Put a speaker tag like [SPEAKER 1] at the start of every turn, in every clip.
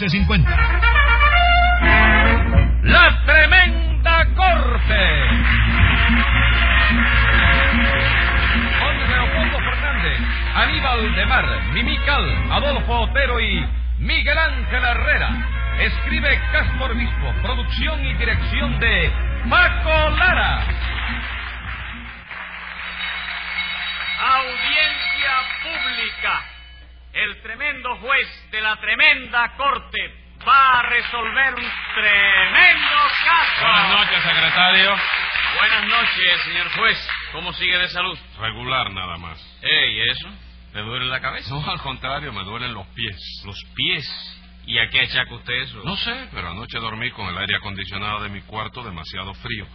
[SPEAKER 1] 1150.
[SPEAKER 2] La tremenda corte. Con Leopoldo Fernández, Aníbal de Mar, Mimical, Adolfo Otero y Miguel Ángel Herrera. Escribe Castro Obispo, producción y dirección de Paco Lara.
[SPEAKER 3] Audiencia pública. El tremendo juez de la tremenda corte va a resolver un tremendo caso.
[SPEAKER 4] Buenas noches, secretario.
[SPEAKER 3] Buenas noches, señor juez. ¿Cómo sigue de salud?
[SPEAKER 4] Regular nada más.
[SPEAKER 3] Ey, ¿y eso? ¿Le duele la cabeza?
[SPEAKER 4] No, al contrario, me duelen los pies.
[SPEAKER 3] Los pies. ¿Y a qué achaca usted eso?
[SPEAKER 4] No sé, pero anoche dormí con el aire acondicionado de mi cuarto demasiado frío.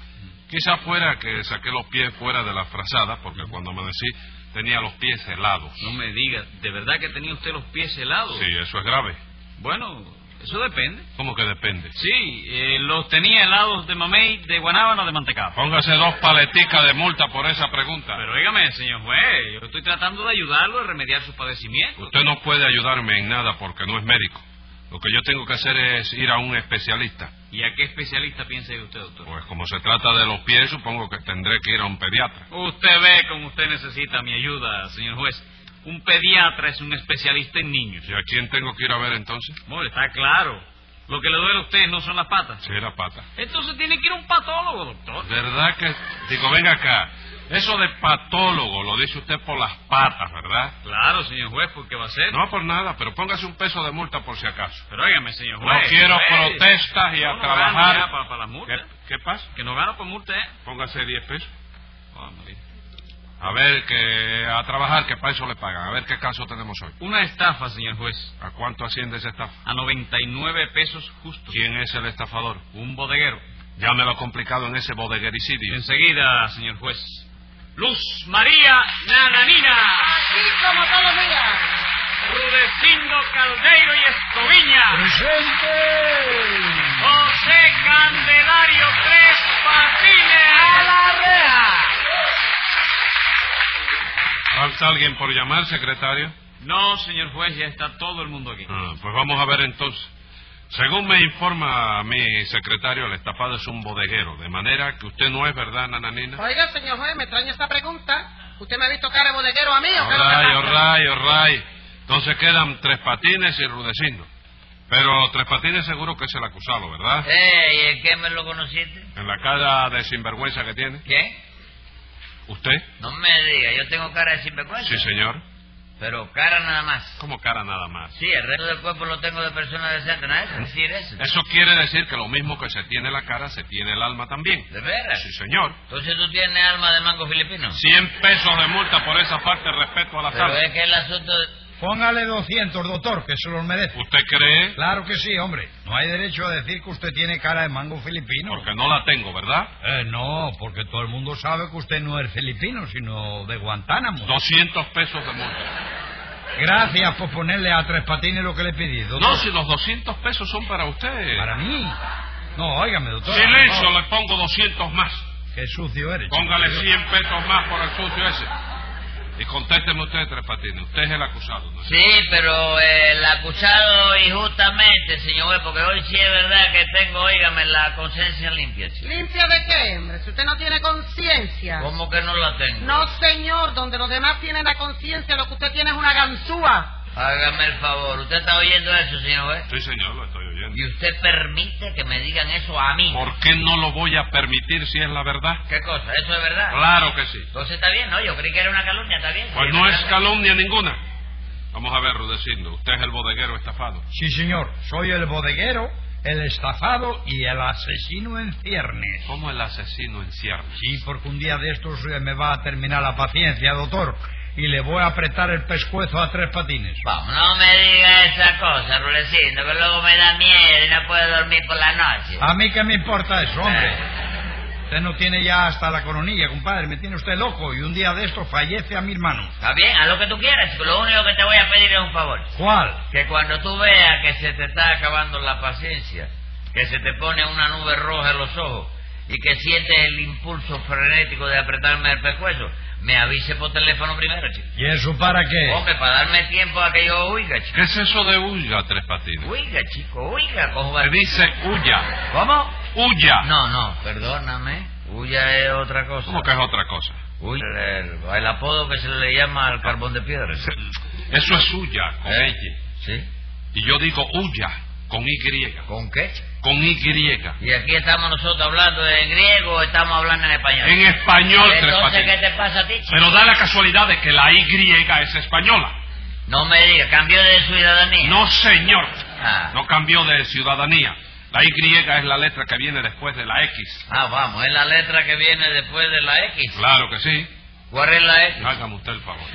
[SPEAKER 4] Quizá fuera que saqué los pies fuera de la frazada, porque cuando me decí tenía los pies helados.
[SPEAKER 3] No me diga, ¿de verdad que tenía usted los pies helados?
[SPEAKER 4] Sí, eso es grave.
[SPEAKER 3] Bueno, eso depende.
[SPEAKER 4] ¿Cómo que depende?
[SPEAKER 3] Sí, eh, los tenía helados de mamey, de guanábana, de mantecado.
[SPEAKER 4] Póngase dos paleticas de multa por esa pregunta.
[SPEAKER 3] Pero óigame, señor juez, yo estoy tratando de ayudarlo a remediar sus padecimientos.
[SPEAKER 4] Usted no puede ayudarme en nada porque no es médico. Lo que yo tengo que hacer es ir a un especialista.
[SPEAKER 3] ¿Y a qué especialista piensa ir usted, doctor?
[SPEAKER 4] Pues como se trata de los pies, supongo que tendré que ir a un pediatra.
[SPEAKER 3] Usted ve como usted necesita mi ayuda, señor juez. Un pediatra es un especialista en niños.
[SPEAKER 4] ¿Y a quién tengo que ir a ver entonces?
[SPEAKER 3] Hombre, está claro. Lo que le duele a usted no son las patas.
[SPEAKER 4] Si era pata.
[SPEAKER 3] Entonces tiene que ir a un patólogo, doctor.
[SPEAKER 4] ¿Verdad que...? Digo, venga acá. Eso de patólogo lo dice usted por las patas, ¿verdad?
[SPEAKER 3] Claro, señor juez, ¿por qué va a ser?
[SPEAKER 4] No por nada, pero póngase un peso de multa por si acaso.
[SPEAKER 3] Pero óigame, señor
[SPEAKER 4] No
[SPEAKER 3] juez.
[SPEAKER 4] quiero
[SPEAKER 3] juez.
[SPEAKER 4] protestas y
[SPEAKER 3] Yo
[SPEAKER 4] a
[SPEAKER 3] no
[SPEAKER 4] trabajar. Eh.
[SPEAKER 3] gano ya para, para las
[SPEAKER 4] ¿Qué,
[SPEAKER 3] multas.
[SPEAKER 4] qué pasa?
[SPEAKER 3] Que no gano por multa, ¿eh?
[SPEAKER 4] Póngase 10 pesos.
[SPEAKER 3] Ah, María.
[SPEAKER 4] A ver, que a trabajar, que para eso le pagan. A ver qué caso tenemos hoy.
[SPEAKER 3] Una estafa, señor juez.
[SPEAKER 4] ¿A cuánto asciende esa estafa?
[SPEAKER 3] A 99 pesos justo.
[SPEAKER 4] ¿Quién es el estafador?
[SPEAKER 3] Un bodeguero.
[SPEAKER 4] Llámelo complicado en ese bodeguericidio.
[SPEAKER 3] Enseguida, señor juez. Luz María Nananina.
[SPEAKER 5] Aquí como todos los días.
[SPEAKER 3] Rudecindo Caldeiro y Escoviña.
[SPEAKER 1] ¡Presente!
[SPEAKER 3] José Candelario Tres Patines a la rea.
[SPEAKER 4] ¿Falta alguien por llamar, secretario?
[SPEAKER 3] No, señor juez, ya está todo el mundo aquí.
[SPEAKER 4] Ah, pues vamos a ver entonces. Según me informa mi secretario, el estafado es un bodeguero. De manera que usted no es verdad, nananina.
[SPEAKER 5] Oiga, señor juez, me extraña esta pregunta. ¿Usted me ha visto cara de bodeguero a mí o qué es lo que
[SPEAKER 4] Orray,
[SPEAKER 5] pasa?
[SPEAKER 4] orray, orray. Entonces quedan Tres Patines y Rudecindo. Pero Tres Patines seguro que es el acusado, ¿verdad?
[SPEAKER 6] Eh, ¿y en qué me lo conociste?
[SPEAKER 4] En la cara de sinvergüenza que tiene.
[SPEAKER 6] ¿Qué?
[SPEAKER 4] ¿Usted?
[SPEAKER 6] No me diga, yo tengo cara de sinvergüenza.
[SPEAKER 4] Sí, señor.
[SPEAKER 6] Pero cara nada más.
[SPEAKER 4] Como cara nada más.
[SPEAKER 6] Sí, el resto del cuerpo lo tengo de persona decente, nada es decir eso.
[SPEAKER 3] Eh.
[SPEAKER 4] Eso quiere decir que lo mismo que se tiene la cara, se tiene el alma también.
[SPEAKER 6] ¿De veras?
[SPEAKER 4] Sí, señor.
[SPEAKER 6] Entonces tú tienes alma de mango filipino.
[SPEAKER 4] 100 pesos de multa por esa parte respecto a la
[SPEAKER 6] Pero
[SPEAKER 4] sala.
[SPEAKER 6] es que el asunto... de-
[SPEAKER 1] Póngale 200, doctor, que se los merece.
[SPEAKER 4] ¿Usted cree?
[SPEAKER 1] Claro que sí, hombre. No hay derecho a decir que usted tiene cara de mango filipino.
[SPEAKER 4] Porque no la tengo, ¿verdad?
[SPEAKER 1] Eh, no, porque todo el mundo sabe que usted no es filipino, sino de Guantánamo.
[SPEAKER 4] 200 pesos de multa.
[SPEAKER 1] Gracias por ponerle a Tres Patines lo que le pedí, doctor.
[SPEAKER 4] No, si los 200 pesos son para usted.
[SPEAKER 1] Para mí. No, óigame, doctor.
[SPEAKER 4] Silencio,
[SPEAKER 1] No,
[SPEAKER 4] le pongo 200 más.
[SPEAKER 1] Qué sucio eres.
[SPEAKER 4] Póngale
[SPEAKER 1] chico.
[SPEAKER 4] 100 pesos más por el sucio ese. Y contésteme usted, Tres Patines. Usted es el acusado, ¿no?
[SPEAKER 6] Sí, pero eh, el acusado injustamente, señor juez, porque hoy sí es verdad que tengo, óigame, la conciencia limpia. chico.
[SPEAKER 5] ¿Limpia de qué, hombre? Si usted no tiene conciencia.
[SPEAKER 6] ¿Cómo que no la tengo?
[SPEAKER 5] No, señor, donde los demás tienen la conciencia, lo que usted tiene es una ganzúa.
[SPEAKER 6] Hágame el favor, ¿usted está oyendo eso, señor juez?
[SPEAKER 4] Sí, señor, lo estoy oyendo.
[SPEAKER 6] ¿Y usted permite que me digan eso a mí?
[SPEAKER 4] ¿Por qué no lo voy a permitir si es la verdad?
[SPEAKER 6] ¿Qué cosa? ¿Eso es verdad?
[SPEAKER 4] Claro que sí.
[SPEAKER 6] Entonces está bien, ¿no? Yo creí que era una calumnia, está bien.
[SPEAKER 4] Pues
[SPEAKER 6] Sí,
[SPEAKER 4] no es
[SPEAKER 6] verdad.
[SPEAKER 4] calumnia ninguna. Vamos a ver, Rudecindo. Usted es el bodeguero estafado.
[SPEAKER 1] Sí, señor. Soy el bodeguero, el estafado y el asesino en ciernes.
[SPEAKER 4] ¿Cómo el asesino encierra?
[SPEAKER 1] Sí, porque un día de estos eh, me va a terminar la paciencia, doctor. Y le voy a apretar el pescuezo a tres patines.
[SPEAKER 6] Vamos, no me diga esa cosa, Rulecito, que luego me da miedo y no puedo dormir por la noche.
[SPEAKER 4] Ah.
[SPEAKER 1] A mí que me importa eso, hombre.
[SPEAKER 4] Eh.
[SPEAKER 1] Usted no tiene ya hasta la coronilla, compadre. Me tiene usted loco. Y un día de estos fallece a mi hermano.
[SPEAKER 6] Está bien, haz lo que tú quieras, chico. Lo único que te voy a pedir es un favor.
[SPEAKER 1] ¿Cuál?
[SPEAKER 6] Que cuando tú veas que se te está acabando la paciencia, que se te pone una nube roja en los ojos y que sientes el impulso frenético de apretarme el pescuezo, Me avise por teléfono primero, chico.
[SPEAKER 1] ¿Y eso para qué?
[SPEAKER 6] Hombre, para darme tiempo a que yo huiga, chico.
[SPEAKER 4] ¿Qué es eso de huya, Tres Patines?
[SPEAKER 6] Huiga, chico, huiga, cojo
[SPEAKER 4] Se
[SPEAKER 6] bar-
[SPEAKER 4] dice huya.
[SPEAKER 6] ¿Cómo?
[SPEAKER 4] ¡Huya!
[SPEAKER 6] No, no, perdóname. Huya es otra cosa.
[SPEAKER 4] ¿Cómo que es otra cosa?
[SPEAKER 6] Uy, el, el apodo que se le llama al carbón de piedra.
[SPEAKER 4] Se- Eso es huya, con
[SPEAKER 6] ¿Eh?
[SPEAKER 4] Y.
[SPEAKER 6] ¿Sí?
[SPEAKER 4] Y yo digo huya, con Y.
[SPEAKER 6] ¿Con qué?
[SPEAKER 4] Con Y.
[SPEAKER 6] Y aquí estamos nosotros hablando en griego o estamos hablando en español.
[SPEAKER 4] En español, Tres
[SPEAKER 6] Entonces, ¿qué
[SPEAKER 4] Patines.
[SPEAKER 6] te pasa a ti, chico?
[SPEAKER 4] Pero da la casualidad de que la Y es española.
[SPEAKER 6] No me digas, cambió de ciudadanía.
[SPEAKER 4] No, señor.
[SPEAKER 6] Ah.
[SPEAKER 4] No cambió de ciudadanía. La Y es la letra que viene después de la X.
[SPEAKER 6] Ah, vamos, es la letra que viene después de la X.
[SPEAKER 4] Claro que sí.
[SPEAKER 6] ¿Cuál es la X?
[SPEAKER 4] Hágame usted el favor.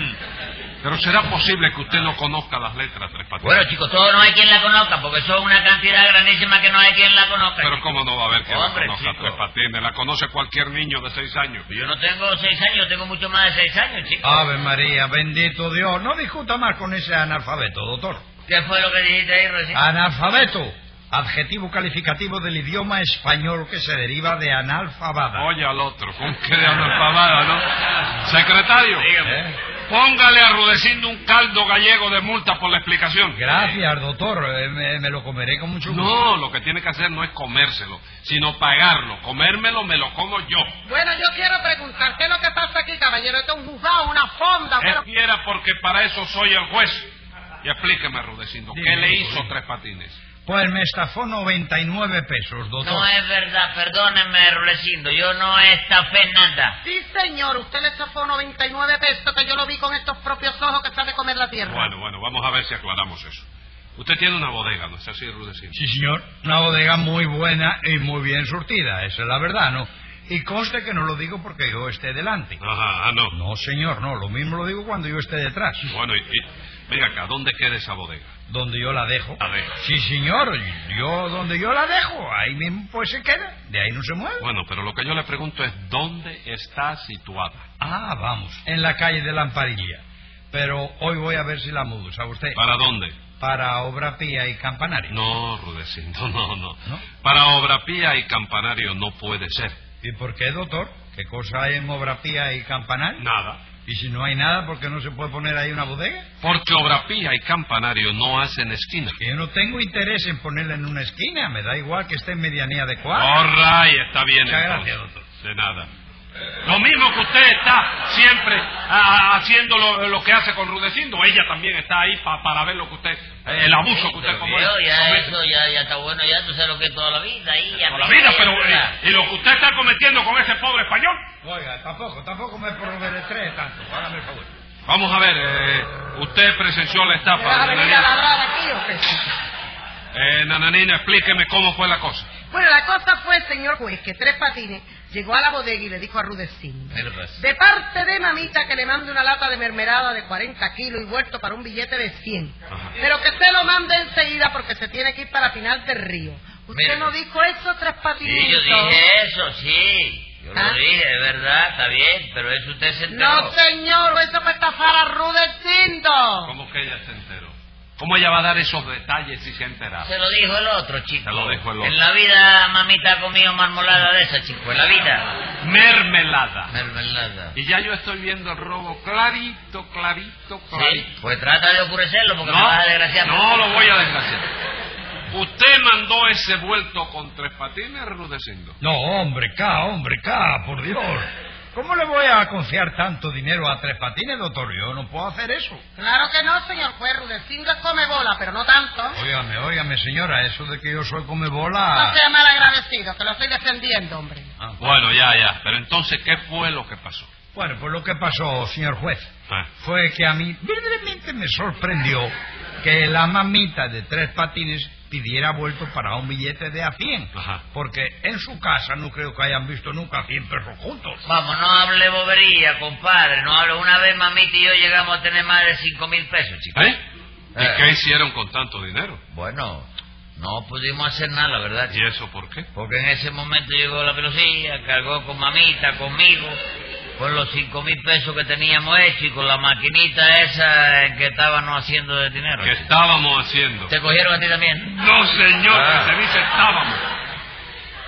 [SPEAKER 4] Pero será posible que usted no conozca las letras, Tres Patines.
[SPEAKER 6] Bueno, chicos, todo no hay quien la conozca, porque son una cantidad grandísima que no hay quien la conozca.
[SPEAKER 4] Pero
[SPEAKER 6] chico.
[SPEAKER 4] cómo no va a haber que la
[SPEAKER 6] Hombre,
[SPEAKER 4] conozca
[SPEAKER 6] chico.
[SPEAKER 4] Tres Patines. La conoce cualquier niño de seis años.
[SPEAKER 6] Yo no tengo seis años, yo tengo mucho más de seis años, chico.
[SPEAKER 1] Ave María, bendito Dios. No discuta más con ese analfabeto, doctor.
[SPEAKER 6] ¿Qué fue lo que dijiste ahí recién?
[SPEAKER 4] Ah,
[SPEAKER 1] Analfabeto, adjetivo calificativo del idioma español que se deriva de analfabada.
[SPEAKER 4] Oye al otro, con qué de analfabada, ¿no? Secretario,
[SPEAKER 1] ¿Eh?
[SPEAKER 4] póngale a Rudecindo un caldo gallego de multa por la explicación.
[SPEAKER 1] Gracias, doctor. Eh, me, me lo comeré con mucho gusto.
[SPEAKER 4] pues, No, lo que tiene que hacer no es comérselo, sino pagarlo. Comérmelo me lo como yo.
[SPEAKER 5] Bueno, yo quiero preguntar, ¿qué es lo que pasa aquí, caballero? Esto es un juzgado, una
[SPEAKER 4] Es
[SPEAKER 5] fonda. Ah, pero-
[SPEAKER 4] fiera porque para eso soy el juez. Y explíqueme, Rudecindo, ¿qué
[SPEAKER 1] Dime,
[SPEAKER 4] le
[SPEAKER 1] hijo,
[SPEAKER 4] hizo
[SPEAKER 1] dime.
[SPEAKER 4] Tres Patines?
[SPEAKER 1] Pues me estafó 99 pesos, doctor.
[SPEAKER 6] No es verdad, perdónenme, Rulecindo, yo no estafé nada.
[SPEAKER 5] Sí, señor, usted le sofó 99 pesos que yo lo vi con estos propios ojos que sabe comer la tierra.
[SPEAKER 4] Bueno, bueno, vamos a ver si aclaramos eso. Usted tiene una bodega, ¿no es así, Rudecindo?
[SPEAKER 1] Sí, señor. Una bodega muy buena y muy bien surtida, esa es la verdad, ¿no? Y conste que no lo digo porque yo esté delante.
[SPEAKER 4] Ajá, ah, no.
[SPEAKER 1] No, señor, no. Lo mismo lo digo cuando yo esté detrás.
[SPEAKER 4] Bueno, y, y- venga acá, ¿dónde queda esa bodega?
[SPEAKER 1] Donde yo la dejo.
[SPEAKER 4] La deja.
[SPEAKER 1] Sí, señor. Yo donde yo la dejo, ahí mismo pues se queda. De ahí no se mueve.
[SPEAKER 4] Bueno, pero lo que yo le pregunto es, ¿dónde está situada?
[SPEAKER 1] Ah, vamos. En la calle de Lamparilla. Pero hoy voy a ver si la mudo, ¿sabe usted?
[SPEAKER 4] ¿Para dónde?
[SPEAKER 1] Para Obra Pía y Campanario.
[SPEAKER 4] No, Rudecindo, no, no.
[SPEAKER 1] ¿No?
[SPEAKER 4] Para obra pía y campanario no puede ser.
[SPEAKER 1] ¿Y por qué, doctor? ¿Qué cosa hay en Obra Pía y Campanario?
[SPEAKER 4] Nada.
[SPEAKER 1] Y si no hay nada, ¿por qué no se puede poner ahí una bodega?
[SPEAKER 4] Porque obra pía y campanario no hacen esquina.
[SPEAKER 1] Que yo no tengo interés en ponerla en una esquina. Me da igual que esté en medianía de cuadra.
[SPEAKER 4] All right, está bien
[SPEAKER 1] Muchas
[SPEAKER 4] entonces.
[SPEAKER 1] gracias, doctor.
[SPEAKER 4] De nada. Lo mismo que usted está siempre ah, haciendo lo, lo que hace con Rudecindo, ella también está ahí pa- para ver lo que usted, eh, el abuso que usted
[SPEAKER 6] Pero
[SPEAKER 4] comete.
[SPEAKER 6] yo ya
[SPEAKER 4] comete.
[SPEAKER 6] eso, ya, ya está bueno, ya tú sabes lo que es toda la vida. ahí, ya
[SPEAKER 4] Con la
[SPEAKER 6] me-
[SPEAKER 4] vida,
[SPEAKER 6] ya
[SPEAKER 4] pero
[SPEAKER 6] está.
[SPEAKER 4] eh, y lo que usted está cometiendo con ese pobre español.
[SPEAKER 1] Oiga, tampoco, tampoco me proveeré tanto. Hágame el favor.
[SPEAKER 4] Vamos a ver, eh, usted presenció la
[SPEAKER 5] ¿Me vas
[SPEAKER 4] estafa.
[SPEAKER 5] a venir
[SPEAKER 4] Nananina.
[SPEAKER 5] a ladrar aquí o qué?
[SPEAKER 4] Eh, Nananina, explíqueme cómo fue la cosa.
[SPEAKER 5] Bueno, la cosa fue, señor juez, que Tres Patines llegó a la bodega y le dijo a Rudecindo.
[SPEAKER 6] Mira, pues,
[SPEAKER 5] De parte de mamita que le mande una lata de mermelada de 40 kilos y vuelto para un billete de 100.
[SPEAKER 4] Ajá.
[SPEAKER 5] Pero que se lo mande enseguida porque se tiene que ir para Pinal del Río. ¿Usted
[SPEAKER 6] Mire.
[SPEAKER 5] no dijo eso, Tres Patines?
[SPEAKER 6] Sí, yo dije eso, sí. Yo
[SPEAKER 5] ¿Ah?
[SPEAKER 6] lo dije, es verdad, está bien, pero eso usted se enteró.
[SPEAKER 5] No, señor, eso fue estafar a Rudecindo.
[SPEAKER 4] ¿Cómo que ella se enteró? ¿Cómo ella va a dar esos detalles si se ha enterado?
[SPEAKER 6] Se lo dijo el otro, chico.
[SPEAKER 4] Se lo dijo el otro.
[SPEAKER 6] En la vida, mamita ha comido marmolada de esa, chico. En la vida.
[SPEAKER 4] Mermelada.
[SPEAKER 6] Mermelada.
[SPEAKER 4] Y ya yo estoy viendo el robo clarito, clarito, clarito.
[SPEAKER 6] Sí, pues trata de oscurecerlo porque me vas a desgraciar.
[SPEAKER 4] no lo voy a desgraciar. Usted mandó ese vuelto con tres patines rudeciendo.
[SPEAKER 1] No, hombre, K, hombre, K, por Dios. ¿Cómo le voy a confiar tanto dinero a Tres Patines, doctor? Yo no puedo hacer eso.
[SPEAKER 5] Claro que no, señor juez. Rudecindo es come bola, pero no tanto.
[SPEAKER 1] Óigame, óigame, señora, eso de que yo soy come
[SPEAKER 5] No
[SPEAKER 1] bola...
[SPEAKER 5] sea mal agradecido, que lo estoy defendiendo, hombre.
[SPEAKER 1] Ah,
[SPEAKER 4] Bueno, ya, ya. Pero entonces, ¿qué fue lo que pasó?
[SPEAKER 1] Bueno, pues lo que pasó, señor juez,
[SPEAKER 4] Ah.
[SPEAKER 1] fue que a mí verdaderamente me sorprendió que la mamita de Tres Patines pidiera vuelto para un billete de a 100.
[SPEAKER 4] Ajá.
[SPEAKER 1] Porque en su casa no creo que hayan visto nunca a 100 perros juntos.
[SPEAKER 6] Vamos, no hable bobería, compadre. No hable. Una vez mamita y yo llegamos a tener más de cinco mil pesos, chico.
[SPEAKER 4] ¿Eh? ¿Y
[SPEAKER 6] Eh.
[SPEAKER 4] qué hicieron con tanto dinero?
[SPEAKER 6] Bueno, no pudimos hacer nada, la verdad,
[SPEAKER 4] ¿Y
[SPEAKER 6] chico.
[SPEAKER 4] eso por qué?
[SPEAKER 6] Porque en ese momento llegó la velocidad, cargó con mamita, conmigo, con los cinco mil pesos que teníamos hecho y con la maquinita esa en que estábamos haciendo de dinero.
[SPEAKER 4] ¿Qué
[SPEAKER 6] chico.
[SPEAKER 4] estábamos haciendo?
[SPEAKER 6] ¿Te cogieron a ti también?
[SPEAKER 4] No, señor,
[SPEAKER 6] Ah.
[SPEAKER 4] que se dice estábamos.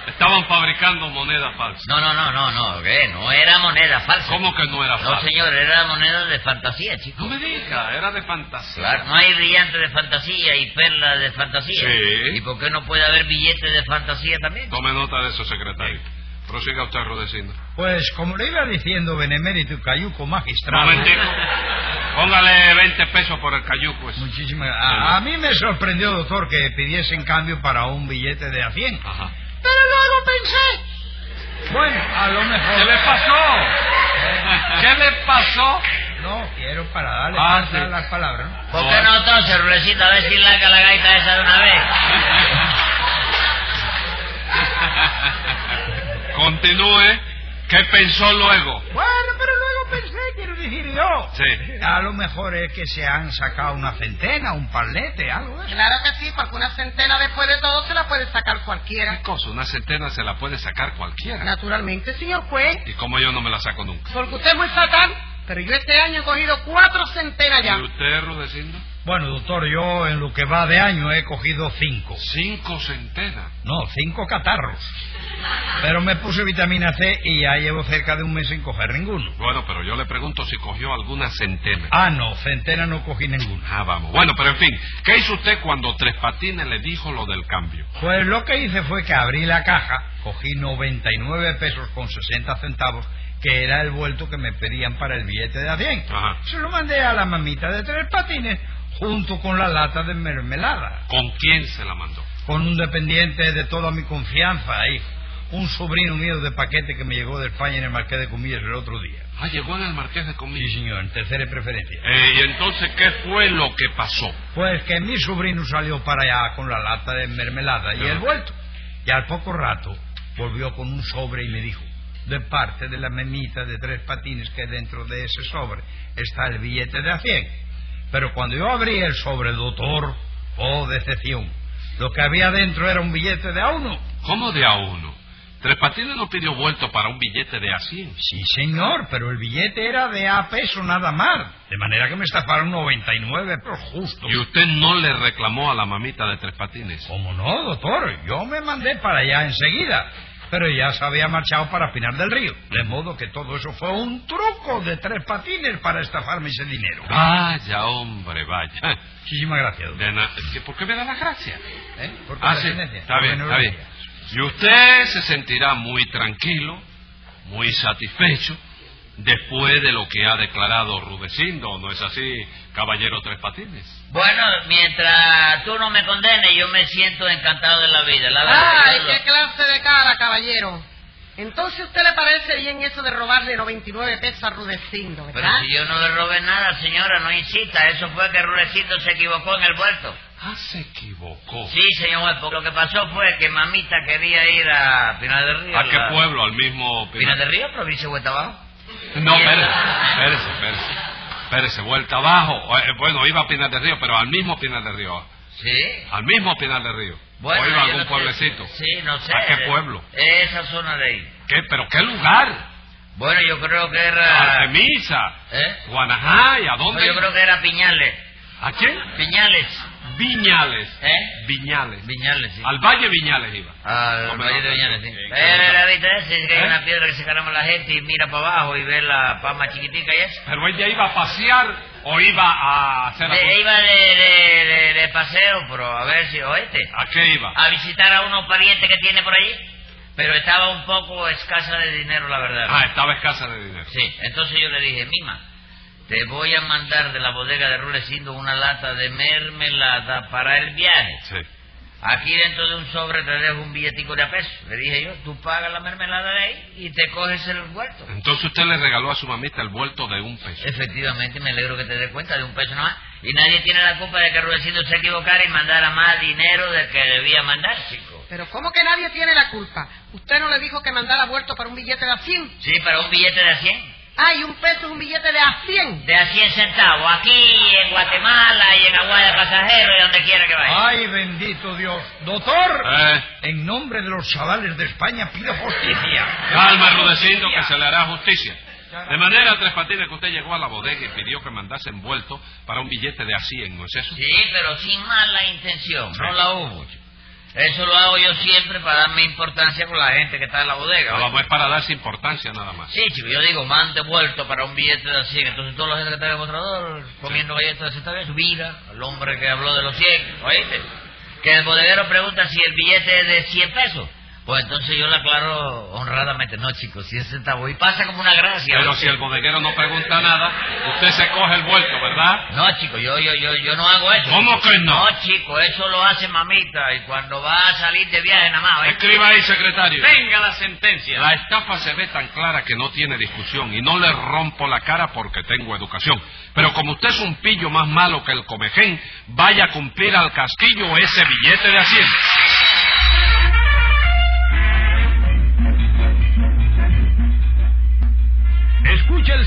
[SPEAKER 4] Estaban fabricando moneda falsa.
[SPEAKER 6] No, no, no, no, no, ¿qué? No era moneda falsa.
[SPEAKER 4] ¿Cómo que no era
[SPEAKER 6] No,
[SPEAKER 4] falsa?
[SPEAKER 6] señor, era moneda de fantasía, chico.
[SPEAKER 4] No me diga, era de fantasía.
[SPEAKER 6] Claro, no hay brillantes de fantasía y perlas de fantasía.
[SPEAKER 4] Sí.
[SPEAKER 6] ¿Y por qué no puede haber billetes de fantasía también?
[SPEAKER 4] Tome nota de eso, secretario. Prosiga usted, Rudecindo.
[SPEAKER 1] Pues como le iba diciendo Benemérito y Cayuco ¿eh? magistrado.
[SPEAKER 4] Momentico. Póngale 20 pesos por el pues. cayuco ese.
[SPEAKER 1] Muchísimas a, a mí me sorprendió, doctor, que pidiesen cambio para un billete de a 100.
[SPEAKER 4] Ajá.
[SPEAKER 1] Pero luego pensé. Bueno, a lo mejor.
[SPEAKER 4] ¿Qué le pasó? ¿Qué le pasó?
[SPEAKER 1] No, quiero para darle
[SPEAKER 4] Ah,
[SPEAKER 1] paso a
[SPEAKER 4] sí.
[SPEAKER 1] las palabras. ¿no?
[SPEAKER 6] ¿Por qué no entonces, Rulecito, a ver si larga la gaita esa de una vez?
[SPEAKER 4] Continúe. ¿Qué pensó luego?
[SPEAKER 1] Bueno, pero luego pensé, quiero decir yo.
[SPEAKER 4] Sí.
[SPEAKER 1] A lo mejor es que se han sacado una centena, un palete, algo de eso.
[SPEAKER 5] Claro que sí, porque una centena después de todo se la puede sacar
[SPEAKER 4] ¿Qué
[SPEAKER 5] cualquiera.
[SPEAKER 4] cosa? Una centena se la puede sacar cualquiera.
[SPEAKER 5] Naturalmente, señor juez,
[SPEAKER 4] ¿Y como yo no me la saco nunca?
[SPEAKER 5] porque usted es muy satán. Pero yo este año he cogido cuatro centenas ya.
[SPEAKER 4] ¿Y usted, Rudecindo?
[SPEAKER 1] Bueno, doctor, yo en lo que va de año he cogido cinco.
[SPEAKER 4] Cinco centenas.
[SPEAKER 1] No, cinco catarros. Pero me puse vitamina C y ya llevo cerca de un mes sin coger ninguno.
[SPEAKER 4] Bueno, pero yo le pregunto si cogió alguna centena.
[SPEAKER 1] Ah, no, centena no cogí ninguno.
[SPEAKER 4] Ah, vamos. Bueno, pero en fin, ¿qué hizo usted cuando Tres Patines le dijo lo del cambio?
[SPEAKER 1] Pues lo que hice fue que abrí la caja, cogí 99 pesos con 60 centavos, que era el vuelto que me pedían para el billete de a 100.
[SPEAKER 4] Ajá.
[SPEAKER 1] Se lo mandé a la mamita de tres patines junto con la lata de mermelada,
[SPEAKER 4] ¿Con quién se la mandó?
[SPEAKER 1] con un dependiente de toda mi confianza ahí, un sobrino mío de paquete que me llegó de España en el Marqués de Comillas el otro día.
[SPEAKER 4] Ah, llegó en el Marqués de
[SPEAKER 1] Sí,
[SPEAKER 4] Comillas.
[SPEAKER 1] señor, en tercera preferencia.
[SPEAKER 4] Eh, ¿Y entonces qué fue lo que pasó?
[SPEAKER 1] Pues que mi sobrino salió para allá con la lata de mermelada y
[SPEAKER 4] Ah.
[SPEAKER 1] el vuelto. Y al poco rato volvió con un sobre y me dijo, de parte de la memita de tres patines que dentro de ese sobre está el billete de a 100. Pero cuando yo abrí el sobre, doctor, oh decepción, lo que había dentro era un billete de a uno.
[SPEAKER 4] ¿Cómo de a uno? Tres Patines no pidió vuelto para un billete de a 100.
[SPEAKER 1] Sí, señor, pero el billete era de a peso nada más. De manera que me estafaron 99 pero justo.
[SPEAKER 4] ¿Y usted no le reclamó a la mamita de Tres Patines?
[SPEAKER 1] ¿Cómo no, doctor? Yo me mandé para allá enseguida, pero ya se había marchado para Pinar del Río. De modo que todo eso fue un truco de tres patines para estafarme ese dinero.
[SPEAKER 4] Ah. Vaya, hombre, vaya.
[SPEAKER 1] Muchísimas gracias, doctor.
[SPEAKER 4] De na- ¿Qué- ¿Por qué me da las gracias?
[SPEAKER 1] ¿Eh? Por
[SPEAKER 4] Ah, sí,
[SPEAKER 1] complacencia,
[SPEAKER 4] está
[SPEAKER 1] por
[SPEAKER 4] bien, está bien.
[SPEAKER 1] benevolencia.
[SPEAKER 4] Y usted se sentirá muy tranquilo, muy satisfecho, después de lo que ha declarado Rudecindo, ¿no es así, caballero Tres Patines?
[SPEAKER 6] Bueno, mientras tú no me condenes, yo me siento encantado de la vida, la verdad.
[SPEAKER 5] Ay,
[SPEAKER 6] yo lo-
[SPEAKER 5] qué clase de cara, caballero. Entonces, ¿usted le parece bien eso de robarle 99 pesos a Rudecindo,
[SPEAKER 6] Pero
[SPEAKER 5] verdad?
[SPEAKER 6] si yo no le robé nada, señora, no insista. Eso fue que Rulecito se equivocó en el vuelto.
[SPEAKER 4] Ah, se equivocó.
[SPEAKER 6] Sí, señor juez, porque lo que pasó fue que mamita quería ir a Pinar del Río.
[SPEAKER 4] ¿A qué
[SPEAKER 6] la-
[SPEAKER 4] pueblo? ¿Al mismo
[SPEAKER 6] Pinar del Río, provincia de Huerta Abajo.
[SPEAKER 4] No, espérese, espérese, espérese. Espérese, vuelta abajo. Eh, Bueno, iba a Pinar del Río, pero al mismo Pinar del Río.
[SPEAKER 6] Sí.
[SPEAKER 4] Al mismo Pinar del Río.
[SPEAKER 6] Bueno,
[SPEAKER 4] o iba a
[SPEAKER 6] yo no
[SPEAKER 4] algún
[SPEAKER 6] sé.
[SPEAKER 4] pueblecito.
[SPEAKER 6] Sí, no sé.
[SPEAKER 4] ¿A qué pueblo?
[SPEAKER 6] Esa zona de ahí.
[SPEAKER 4] ¿Qué? ¿Pero qué lugar?
[SPEAKER 6] Bueno, yo creo que era...
[SPEAKER 3] Ah.
[SPEAKER 4] Artemisa,
[SPEAKER 6] ¿Eh?
[SPEAKER 4] Guanajay, ¿a Ah, dónde?
[SPEAKER 6] Yo creo que era Piñales.
[SPEAKER 4] ¿A quién?
[SPEAKER 6] Piñales.
[SPEAKER 4] Viñales.
[SPEAKER 6] ¿Eh?
[SPEAKER 4] Viñales.
[SPEAKER 6] Piñales, sí.
[SPEAKER 4] Al Valle Viñales iba.
[SPEAKER 6] Al
[SPEAKER 4] No,
[SPEAKER 6] Valle
[SPEAKER 4] no,
[SPEAKER 6] de
[SPEAKER 4] no,
[SPEAKER 6] Viñales, sí.
[SPEAKER 4] no, no,
[SPEAKER 6] Pero
[SPEAKER 4] no.
[SPEAKER 6] la vista esa es que hay
[SPEAKER 4] ¿Eh?
[SPEAKER 6] una piedra que se caramba la gente y mira para abajo y ve la palma chiquitica y eso.
[SPEAKER 4] Pero ella iba a pasear o iba a hacer...
[SPEAKER 6] Le,
[SPEAKER 3] Eh,
[SPEAKER 4] algún-
[SPEAKER 6] iba de, de- de- de paseo, pero a ver si oeste.
[SPEAKER 3] eh.
[SPEAKER 4] ¿A qué iba?
[SPEAKER 6] A visitar a unos parientes que tiene por allí. Pero estaba un poco escasa de dinero, la verdad.
[SPEAKER 4] Ah, estaba escasa de dinero.
[SPEAKER 6] Sí, entonces yo le dije, Mima, te voy a mandar de la bodega de Rulecindo una lata de mermelada para el viaje.
[SPEAKER 4] Sí.
[SPEAKER 6] Aquí dentro de un sobre te dejo un billetico de a peso. Le dije yo, tú pagas la mermelada de ahí y te coges el huerto.
[SPEAKER 4] Entonces usted le regaló a su mamita el vuelto de un peso.
[SPEAKER 6] Efectivamente, me alegro que te des cuenta de un peso nomás. Y nadie tiene la culpa de que Rudecindo se equivocara y mandara más dinero del que debía mandar, chico.
[SPEAKER 5] Pero ¿cómo que nadie tiene la culpa? ¿Usted no le dijo que mandara vuelto para un billete de a 100?
[SPEAKER 6] Sí, para un billete de a 100.
[SPEAKER 5] Ay, un peso es un billete de a 100.
[SPEAKER 6] De a 100 centavos. Aquí, en Guatemala y en Aguada Pasajero y donde quiera que vaya.
[SPEAKER 1] Ay, bendito Dios. Doctor,
[SPEAKER 4] Eh,
[SPEAKER 1] en nombre de los chavales de España pido justicia.
[SPEAKER 4] calma, Rudecindo, que se le hará justicia. De manera, Tres Patines, que usted llegó a la bodega y pidió que mandasen vuelto para un billete de a 100, ¿no es eso? Eh,
[SPEAKER 6] Sí, pero sin mala intención. No la hubo. chico. Eso lo hago yo siempre para darme importancia con la gente que está en la bodega.
[SPEAKER 4] No,
[SPEAKER 6] ¿oye?
[SPEAKER 4] vamos, es para darse importancia nada más.
[SPEAKER 6] Sí, chico, yo digo, mante vuelto para un billete de 100. Entonces, toda la gente que está en el mostrador comiendo galletas de 60 pesos, mira al hombre que habló de los
[SPEAKER 3] Ah,
[SPEAKER 6] 100, ¿oíste? Que el bodeguero pregunta si el billete es de 100 pesos. Pues entonces yo le aclaro honradamente, no, chicos, 100 centavos. Y pasa como una gracia.
[SPEAKER 4] Pero
[SPEAKER 6] ¿oíste?
[SPEAKER 4] si el bodeguero no pregunta nada, usted se coge el vuelto, ¿verdad?
[SPEAKER 6] No, chico, yo, yo, yo, yo no hago eso.
[SPEAKER 4] ¿Cómo que no?
[SPEAKER 6] No, chico, eso lo hace mamita y cuando va a salir de viaje nada más, ¿eh? ¿oíste?
[SPEAKER 4] Escriba ahí, secretario.
[SPEAKER 3] Venga la sentencia.
[SPEAKER 4] La estafa se ve tan clara que no tiene discusión y no le rompo la cara porque tengo educación. Pero como usted es un pillo más malo que el comején, vaya a cumplir al casquillo ese billete de hacienda.
[SPEAKER 2] Escucha el